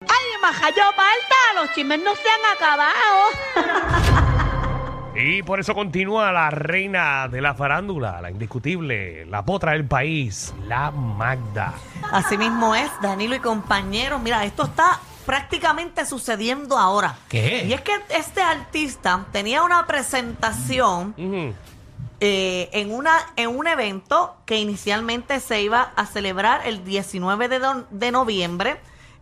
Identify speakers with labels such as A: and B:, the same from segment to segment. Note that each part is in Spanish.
A: ¡Ay, majayo palta! Los chismes no se han acabado.
B: Y por eso continúa la reina de la farándula, la indiscutible, la potra del país, la Magda.
A: Así mismo es, Danilo y compañeros. Mira, esto está prácticamente sucediendo ahora.
B: ¿Qué?
A: Y es que este artista tenía una presentación
B: Ujú.
A: eh, en, una, en un evento que inicialmente se iba a celebrar el 19 de, don- de noviembre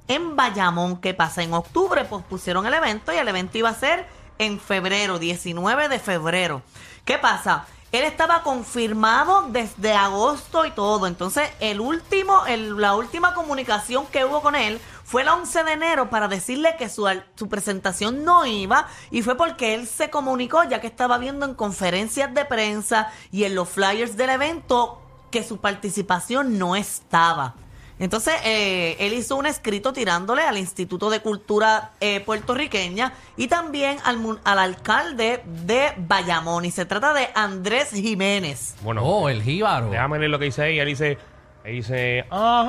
A: en Bayamón, que pasa en octubre, pues pusieron el evento y el evento iba a ser en febrero, 19 de febrero. ¿Qué pasa? Él estaba confirmado desde agosto y todo. Entonces, el último, el- la última comunicación que hubo con él fue el 11 de enero para decirle que su, al- su presentación no iba y fue porque él se comunicó ya que estaba viendo en conferencias de prensa y en los flyers del evento que su participación no estaba. Entonces, eh, él hizo un escrito tirándole al Instituto de Cultura eh, Puertorriqueña y también al, mun- al alcalde de Bayamón. Y se trata de Andrés Jiménez.
B: Bueno,
C: Oh, el jíbaro.
B: déjame leer lo que dice ahí. Él dice, él dice, ah,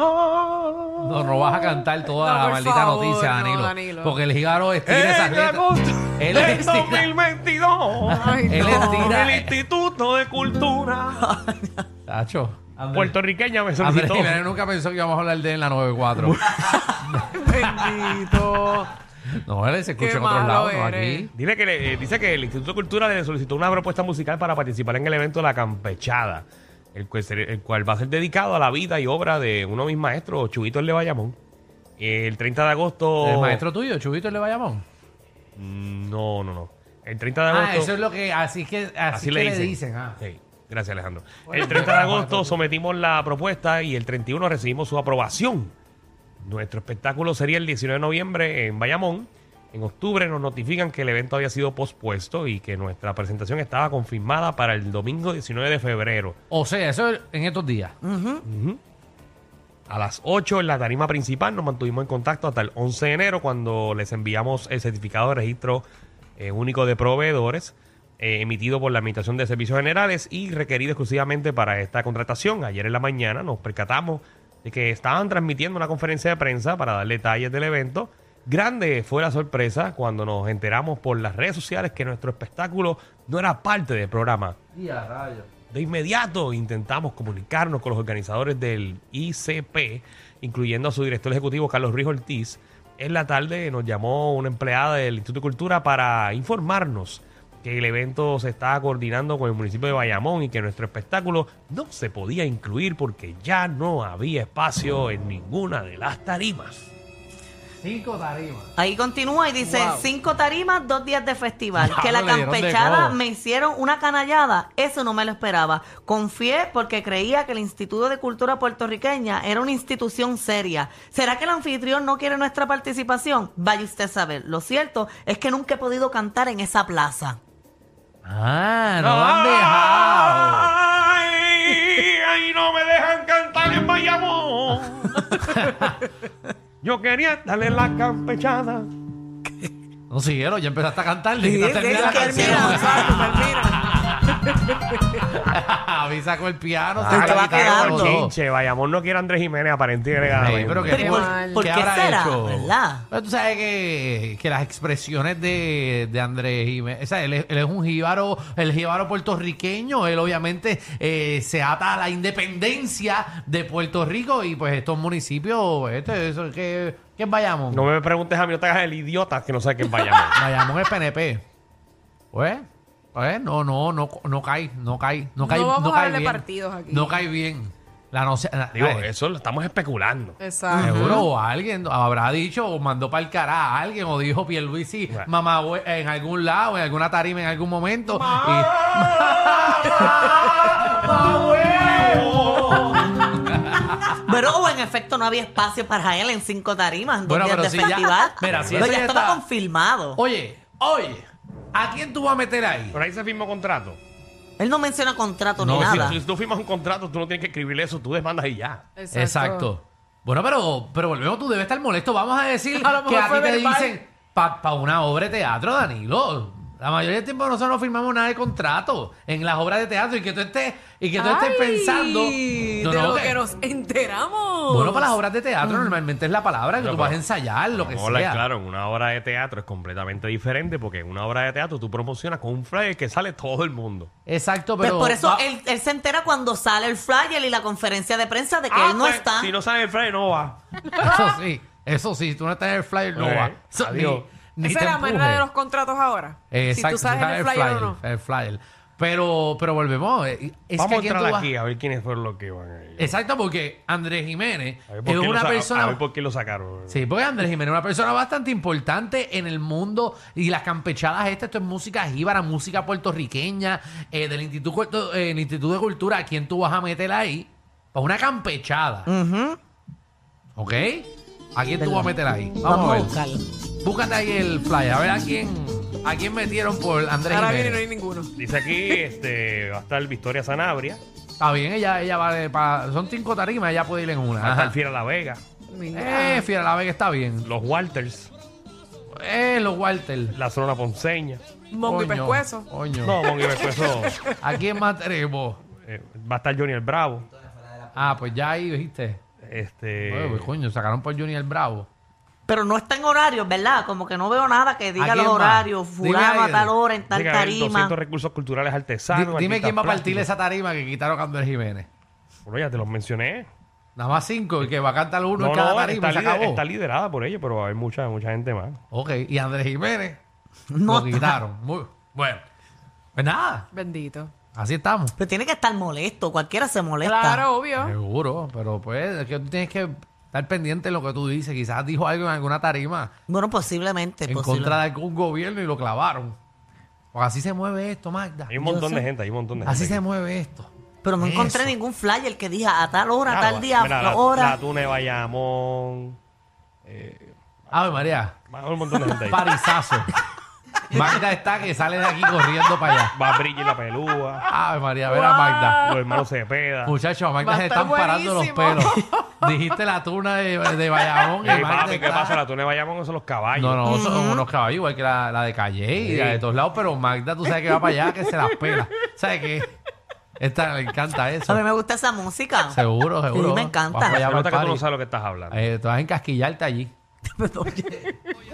C: No, no vas a cantar toda
D: No,
C: la
D: por
C: maldita
D: favor,
C: noticia,
D: no,
C: Danilo,
D: Danilo.
C: Porque el jíbaro estira esa
B: en agosto
C: letra. Él
B: del
C: estira.
B: 2022,
D: Ay,
C: Él
D: no.
B: el
C: estira.
B: Instituto de Cultura
C: Tacho.
B: puertorriqueña me
C: Andrés
B: solicitó.
C: Jiménez nunca pensó que íbamos a hablar de él en la 94.
D: Bendito.
C: no, él se escucha
D: Qué
C: en otros
D: malo
C: lados, no
D: eres.
C: aquí.
B: Dile que le- eh, dice que el Instituto de Cultura le solicitó una propuesta musical para participar en el evento La Campechada, el cual, ser- el cual va a ser dedicado a la vida y obra de uno de mis maestros, Chubito el de Bayamón. El 30 de agosto...
C: El maestro tuyo, Chubito, el de Bayamón.
B: Mm, No, no, no. El 30 de agosto...
C: Ah, eso es lo que. Así que, así que le dicen. ah.
B: Sí. Gracias, Alejandro. el 30 de agosto sometimos la propuesta y el 31 recibimos su aprobación. Nuestro espectáculo sería el 19 de noviembre en Bayamón. En octubre nos notifican que el evento había sido pospuesto y que nuestra presentación estaba confirmada para el domingo 19 de febrero
C: O sea, eso es en estos días.
B: a las 8 en la tarima principal. Nos mantuvimos en contacto hasta el 11 de enero cuando les enviamos el certificado de registro eh, único de proveedores eh, emitido por la Administración de Servicios Generales y requerido exclusivamente para esta contratación. Ayer en la mañana nos percatamos de que estaban transmitiendo una conferencia de prensa para dar detalles del evento. Grande fue la sorpresa cuando nos enteramos por las redes sociales que nuestro espectáculo no era parte del programa. De inmediato intentamos comunicarnos con los organizadores del ICP, incluyendo a su director ejecutivo Carlos Ruiz Ortiz. En la tarde nos llamó una empleada del Instituto de Cultura para informarnos que el evento se estaba coordinando con el municipio de Bayamón y que nuestro espectáculo no se podía incluir porque ya no había espacio en ninguna de las tarimas.
C: Cinco tarimas.
A: Ahí continúa y dice,
D: Wow.
A: cinco tarimas, dos días de festival.
C: Diablo,
A: que la
C: le dieron de
A: campechada
C: codo.
A: me hicieron una canallada, eso no me lo esperaba. Confié porque creía que el Instituto de Cultura Puertorriqueña era una institución seria. ¿Será que el anfitrión no quiere nuestra participación? Vaya usted a saber. Lo cierto es que nunca he podido cantar en esa plaza.
C: Ah, no lo han dejado.
B: ¡Ay! ¡Ay, no me dejan cantar en Bayamón! Yo quería darle la campechada.
C: No siguieron, ya empezaste a cantar.
D: Sí,
C: dijiste,
D: sí,
C: termina la
D: termina,
C: canción.
D: exacto,
C: ah.
D: termina.
C: Avisa con el piano.
A: Ah,
C: saca
A: te
C: la
A: va
C: guitarra,
A: quedando.
C: todo.
B: Chinche, Bayamón no quiere a Andrés Jiménez aparentemente.
C: Sí, pero que-
A: Pero ¿y por-
D: mal.
A: por qué
C: habrá
A: será?
C: hecho?
A: ¿Verdad?
C: Pero tú sabes que, que las expresiones de, de Andrés Jiménez, o sea, él es, él es un jíbaro, el jíbaro puertorriqueño, él obviamente eh, se ata a la independencia de Puerto Rico y pues estos municipios, este, eso, que, que es Bayamón.
B: No me preguntes a mí, no te hagas el idiota que no sabe qué es Bayamón.
C: Bayamón es PNP. Pues, pues, no, no, no, no cae, no cae, no cae,
D: vamos a
C: cae
D: darle
C: bien.
D: partidos aquí.
C: No cae bien. La no se- la-
B: Digo,
C: la-
B: eso lo estamos especulando.
D: Exacto.
C: Seguro, o alguien habrá dicho o mandó para el cará a alguien o dijo Pierluisi,
B: Bueno.
C: mamá, güey", en algún lado, en alguna tarima, en algún momento.
A: Pero o en efecto no había espacio para él en cinco tarimas, en dos
C: Bueno,
A: días
C: pero
A: de
C: si ya-
A: festival.
C: mira, si
A: pero
C: eso
A: ya
C: ya
A: estaba
C: está-
A: confirmado.
C: Oye, oye, ¿a quién tú vas a meter ahí?
B: Por ahí se firmó contrato.
A: Él no menciona contrato
C: No,
A: ni
C: si
A: nada.
B: Si tú firmas un contrato, tú no tienes que escribirle eso, tú demandas y ya.
C: Exacto. Bueno, pero, pero volvemos, tú debes estar molesto. Vamos a decir
D: A lo mejor
C: que a ti
D: fue
C: te
D: verbal.
C: dicen para una obra de teatro, Danilo. La mayoría del tiempo nosotros no firmamos nada de contrato en las obras de teatro y que tú estés, y que tú estés
D: Ay,
C: pensando. No,
D: de
C: no,
D: lo
C: que-
D: que nos enteramos.
C: Bueno, para las obras de teatro normalmente es la palabra que
B: No,
C: tú
B: pero-
C: vas a ensayar, lo que
B: Vamos a hablar
C: sea.
B: claro, en una obra de teatro es completamente diferente porque en una obra de teatro tú promocionas con un flyer que sale todo el mundo.
C: Exacto,
A: Pues
C: pero.
A: por eso
C: va-
A: él, él se entera cuando sale el flyer y la conferencia de prensa de que
B: Ah,
A: él no
B: pues,
A: está.
B: Si no sale el flyer, no va.
C: Eso sí, eso sí, si tú no estás en el flyer, no
B: Eh,
C: va. Eso ni-
B: adiós.
C: ni
D: Esa
C: te
D: es la manera de
C: empujes.
D: los contratos ahora.
C: Exacto,
D: si tú sabes el flyer, o no.
C: el flyer. Pero, pero volvemos. eh, Es
B: Vamos a
C: que a quién tú
B: entrar
C: vas-
B: aquí a ver quiénes fueron los que van ahí.
C: Exacto, porque Andrés Jiménez
B: A ver por
C: es
B: qué lo
C: una
B: sa- A
C: persona.
B: ver por qué lo sacaron.
C: Sí, porque Andrés Jiménez es una persona bastante importante en el mundo y las campechadas estas, esto es música jíbara, música puertorriqueña, eh, del Instituto, Puerto- eh, el Instituto de Cultura, ¿a quién tú vas a meter ahí? Para una campechada,
A: Ujú.
C: ¿ok? ¿A quién tú vas a meter ahí? Vamos,
A: Vamos a
C: ver.
A: buscarlo.
C: Búscate ahí el flyer, a ver a quién, a quién metieron por Andrés
D: Ahora viene
C: Jiménez.
D: y no hay ninguno.
B: Dice aquí, este, va a estar Victoria Sanabria,
C: Está bien, ella, ella va de pa- Son cinco tarimas, ella puede ir en una.
B: va a estar
C: Ajá.
B: Fiera La Vega,
D: Mira.
C: Eh, Fiera la Vega está bien.
B: los Walters,
C: Eh, los Walter.
B: la Zona Ponceña.
D: Mongo y
C: Coño,
D: pescuezo.
C: Coño.
B: No, Mongi Pescuezo.
C: ¿A quién más tenemos?
B: eh, va a estar Johnny el Bravo.
C: Ah, pues ya ahí, ¿viste?
B: Este.
C: Oye, pues, coño, sacaron por Junior Bravo.
A: Pero no está en horarios, ¿verdad? Como que no veo nada que diga
C: quién
A: los
C: más?
A: horarios.
C: Dime
A: Fulano
C: ahí.
A: a tal hora, en tal
B: tiene que haber
A: tarima.
B: 200 recursos culturales
C: Di-
B: artesanos.
C: dime
B: artistas
C: quién va a partir
B: plásticos.
C: esa tarima que quitaron a Andrés Jiménez.
B: Bueno, ya te los mencioné.
C: Nada más cinco, el que va a cantar uno en
B: No,
C: cada
B: no, está,
C: tarima y se
B: lider-
C: acabó.
B: está liderada por ellos, pero va a haber mucha, mucha gente más.
C: Ok, y Andrés Jiménez
A: No
C: lo
A: está.
C: quitaron. Muy, bueno, pues nada,
D: Bendito.
C: así estamos.
A: Pero tiene que estar molesto. Cualquiera se molesta.
D: Claro,
C: Eh,
D: obvio.
C: Seguro, pero pues es que tú tienes que estar pendiente de lo que tú dices. Quizás dijo algo en alguna tarima
A: Bueno, posiblemente.
C: en
A: posiblemente.
C: contra de algún gobierno y lo clavaron. Porque así se mueve esto, Magda.
B: Hay un montón de gente, hay un montón de
C: Así
B: gente.
C: se mueve esto.
A: Pero no encontré
C: Eso.
A: ningún flyer que diga a tal hora, a
B: Claro,
A: tal día,
B: mira,
A: a
B: la,
A: tal hora.
B: la Tune Bayamón.
C: Ave María,
B: Va a haber un montón de gente ahí.
C: parizazo. Magda está que sale de aquí corriendo para allá.
B: Va a brillar la pelúa.
C: Ave María, ver a Magda.
B: Los hermanos Cepeda.
C: Muchachos, a Magda
D: Va a
C: se
D: estar
C: están parando los pelos.
D: buenísimo.
C: Dijiste la tuna de, de Bayamón. y
B: Ey,
C: Magda
B: papi, ¿qué
C: está-
B: pasa? La Tune Bayamón son los caballos.
C: No, no, son unos caballos igual que la, la de Calle y la de todos lados, pero Magda, tú sabes que va para allá, que se las pela. ¿Sabes qué? Esta le encanta eso.
A: A mí me gusta esa música.
C: Seguro, seguro.
A: me encanta.
C: Vamos allá
B: Se
C: para el
B: nota que tú no
C: party.
B: sabes lo que estás hablando.
C: Eh, te vas a encasquillarte allí.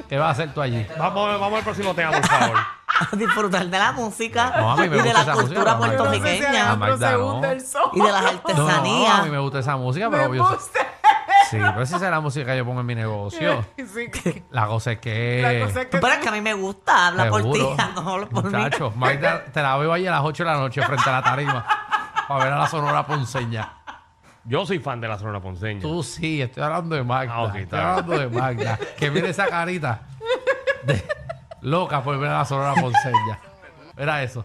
C: ¿Qué vas a hacer tú allí?
B: Vamos, vamos al próximo tema, por favor.
A: A disfrutar de la música
C: No, a mí me
A: y de
C: gusta
A: la
C: esa
A: cultura
C: música, no,
D: Yo no sé si
A: puertorriqueña
D: Alejandro
C: Magda,
D: se
C: no.
D: hunde el sol.
A: y de las
C: No, no, no, a
A: artesanías.
C: mí me gusta esa música,
D: Me
C: pero yo,
D: puse.
C: sí, pero esa es la música que yo pongo en mi negocio.
D: Sí,
C: La cosa es que...
D: la cosa es que-
A: Pero es que a mí me gusta, habla por ti,
C: Seguro.
A: no hablo por mí.
C: Muchachos, Magda, te la veo ahí a las 8 de la noche frente a la tarima para ver a la Sonora Ponceña.
B: Yo soy fan de la Sonora Ponceña.
C: Tú sí, estoy hablando de Magda.
B: Ah, ok, está
C: estoy
B: bien.
C: hablando de Magda. Que mire esa carita. de- loca por ver a la Sonora Ponceña. Era eso.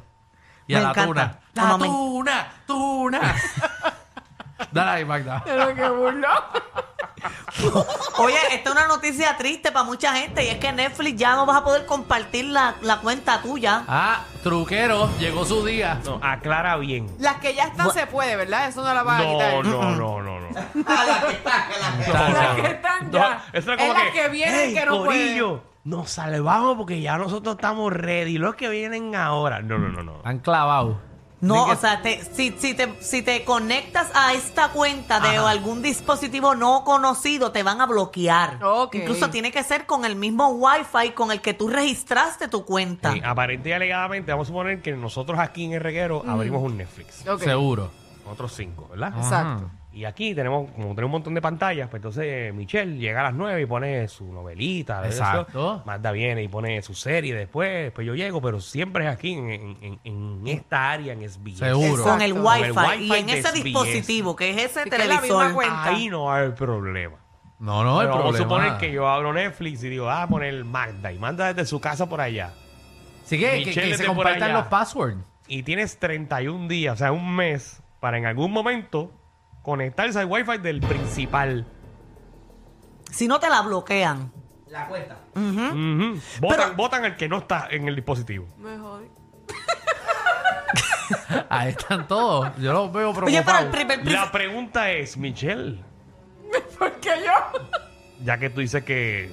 C: Y
A: Me
C: a la
A: encanta.
C: tuna.
A: No,
C: La
A: no, me-
C: tuna, tuna. Dale ahí, Magda.
D: Pero que burlón.
A: Oye, esta es una noticia triste para mucha gente y es que Netflix ya no vas a poder compartir la, la cuenta tuya.
C: Ah, truquero, llegó su día.
B: No, aclara bien.
D: Las que ya están se puede, ¿verdad? Eso no la va a
B: No,
D: quitar.
B: no, no, no, no. No,
D: Las
B: no,
D: que
B: no.
D: están
B: No,
D: ya.
B: eso
D: es las que vienen
B: "Ey,
D: que no pueden.
B: corillo, Nos salvamos porque ya nosotros estamos ready. Los que vienen ahora. No, no, no, no.
C: Han clavado.
A: No,
C: Ni que-
A: o sea, te- si, si te, si te conectas a esta cuenta de algún dispositivo no conocido, te van a bloquear.
D: Ok.
A: Incluso tiene que ser con el mismo Wi-Fi con el que tú registraste tu cuenta.
B: Eh, aparente y alegadamente, vamos a suponer que nosotros aquí en el reguero abrimos un Netflix.
D: Ok,
C: Seguro.
B: Nosotros cinco, ¿verdad?
C: Ah.
D: Exacto.
B: Y aquí tenemos, como tenemos un montón de pantallas, pues entonces eh, Michelle llega a las nueve y pone su novelita. de eso.
C: Exacto.
B: Magda viene y pone su serie después. Después yo llego, pero siempre es aquí, en, en- en- en esta área, en SBS.
C: Seguro.
A: Con el
D: Exacto.
A: Wi-Fi,
B: Con el Wi-Fi
A: y en
B: de
A: ese
B: SBS.
A: dispositivo, que es ese
D: Sí, que es la misma
A: televisor.
D: cuenta.
B: Ahí no hay problema.
C: No, no, el
B: Pero vamos a
C: problema.
B: suponer que yo abro Netflix y digo, ah, poner Magda. Y manda desde su casa por allá.
C: Así que, que- que
B: Michelle es
C: se
B: de por
C: compartan
B: allá.
C: los passwords.
B: Y tienes 31 días, o sea, un mes, para en algún momento conectarse al wifi del principal.
A: Si no te la bloquean.
C: La cuesta.
B: Ujú. Votan, votan al que no está en el dispositivo.
D: Mejor.
C: Ahí están todos. Yo los veo preocupados.
A: Oye, pero el primer...
B: La pregunta es, Michelle,
D: ¿Por qué yo?
B: ya que tú dices que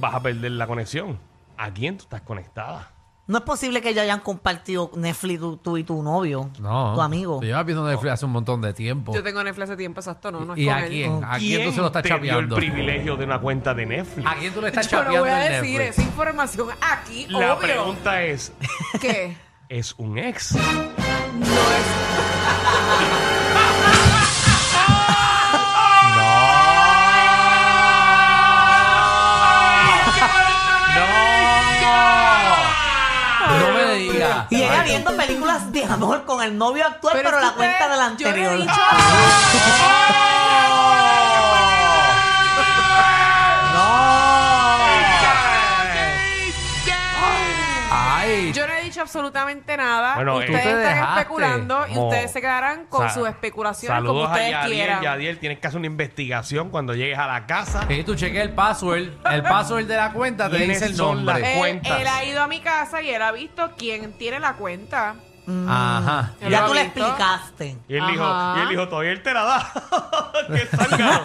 B: vas a perder la conexión, ¿a quién tú estás conectada?
A: No es posible que ya hayan compartido Netflix tú, tú y tu novio.
C: No.
A: Tu amigo.
C: Yo llevas viendo Netflix hace un montón de tiempo.
D: Yo tengo Netflix hace tiempo, exacto, no, no es
C: Oh. ¿Y
D: con
C: a
D: él.
C: quién? ¿A quién tú se lo estás
B: te dio el
C: chapeando?
B: privilegio de una cuenta de Netflix?
C: ¿A quién tú le estás
D: Yo no
C: chapeando
D: voy a
C: el
D: decir
C: Netflix?
D: esa información aquí,
B: La
D: obvio.
B: pregunta es,
D: ¿Qué?
B: ¿es un ex?
D: No es...
C: No me digas.
A: Y ella viendo películas de amor con el novio actual, pero,
D: Pero es
A: la
D: que
A: cuenta de la
D: yo le he
A: anterior.
D: dicho-
C: Ay,
D: Yo no he dicho absolutamente nada.
B: Bueno,
D: ustedes
B: eh, tú
C: te
D: están
C: dejaste.
D: especulando y
B: Mo.
D: ustedes se quedarán con
B: Sa-
D: sus especulaciones como
B: Saludos a
D: ustedes
B: Yadiel.
D: quieran.
B: Yadiel, tienes que hacer una investigación cuando llegues a la casa.
C: Sí, tú cheques el password. El password de la cuenta te
B: ¿Quiénes
C: dice el
B: son las
C: nombre.
D: Él-
B: cuentas.
D: Eh, Él, ha ido a mi casa y él ha visto quién tiene la cuenta.
C: Ajá.
D: Él lo
A: Ya
D: ha
A: tú le
D: visto.
A: explicaste.
B: Y él, dijo,
D: Ajá.
B: y él dijo, todavía él te la da. ¡Qué zángano!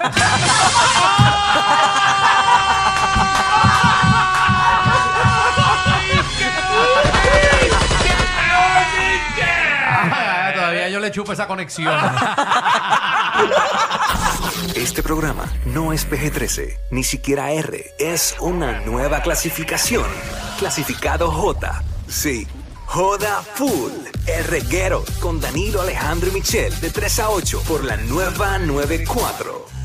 C: Ay, Todavía yo le chupo esa conexión.
E: Este programa no es PG-13, ni siquiera R. Es una nueva clasificación. Clasificado J. Sí. Joda Full. El reguero con Danilo Alejandro y Michel de 3 a 8 por la nueva 94.